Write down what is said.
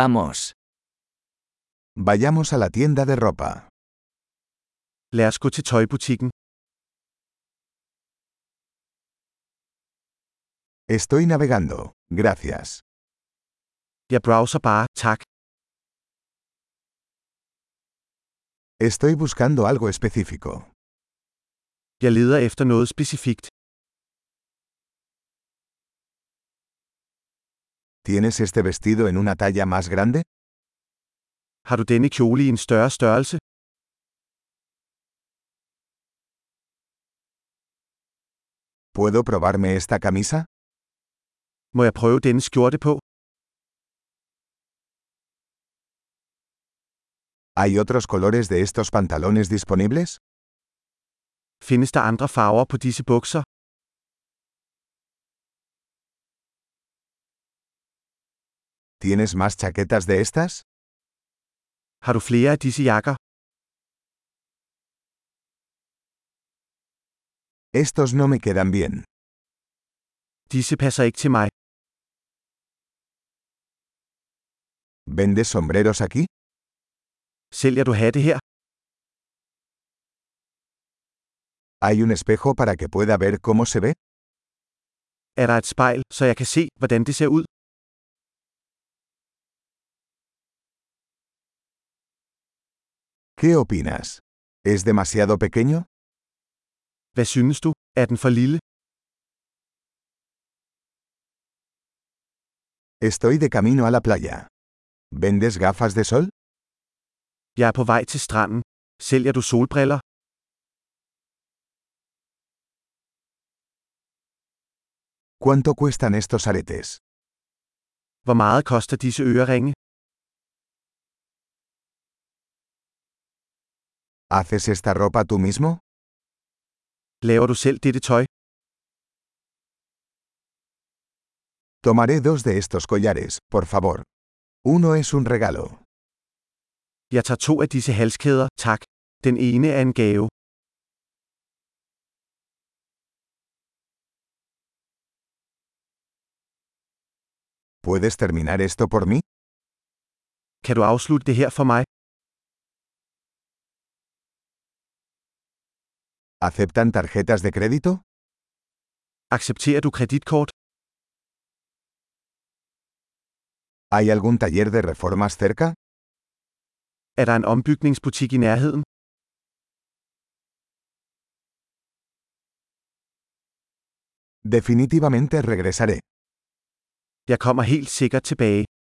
Vamos. Vayamos a la tienda de ropa. Lad os gå til tøjbutikken. Estoy navegando. Gracias. Jeg browser bare, tak. Estoy buscando algo específico. Jeg leder efter noget specifikt. ¿Tienes este vestido en una talla más grande? Har du denne kjole i en større størrelse? ¿Puedo probarme esta camisa? Må jeg prøve denne skjorte på? ¿Hay otros colores de estos pantalones disponibles? Findes der andre farver på disse bukser? ¿Tienes más chaquetas de estas? Har du flere af disse jakker? Estos no me quedan bien. Disse passer ikke til mig. ¿Vendes sombreros aquí? Sælger du hatte her? ¿Hay un espejo para que pueda ver cómo se ve? Er der et spejl, så jeg kan se, hvordan det ser ud? ¿Qué opinas? ¿Es demasiado pequeño? Hvad synes du? Er den for lille? Estoy de camino a la playa. ¿Vendes gafas de sol? Jeg er på vej til stranden. Sælger du solbriller? ¿Cuánto cuestan estos aretes? Hvor meget koster disse øreringe? ¿Haces esta ropa tú mismo? Laver du selv dette tøj? Tomaré dos de estos collares, por favor. Uno es un regalo. Jeg tager to af disse halskæder, tak. Den ene er en gave. ¿Puedes terminar esto por mí? Kan du afslutte det her for mig? ¿Aceptan tarjetas de crédito? Accepterer du kreditkort? ¿Hay algún taller de reformas cerca? Er der en ombygningsbutik i nærheden? Definitivamente regresaré. Jeg kommer helt sikkert tilbage.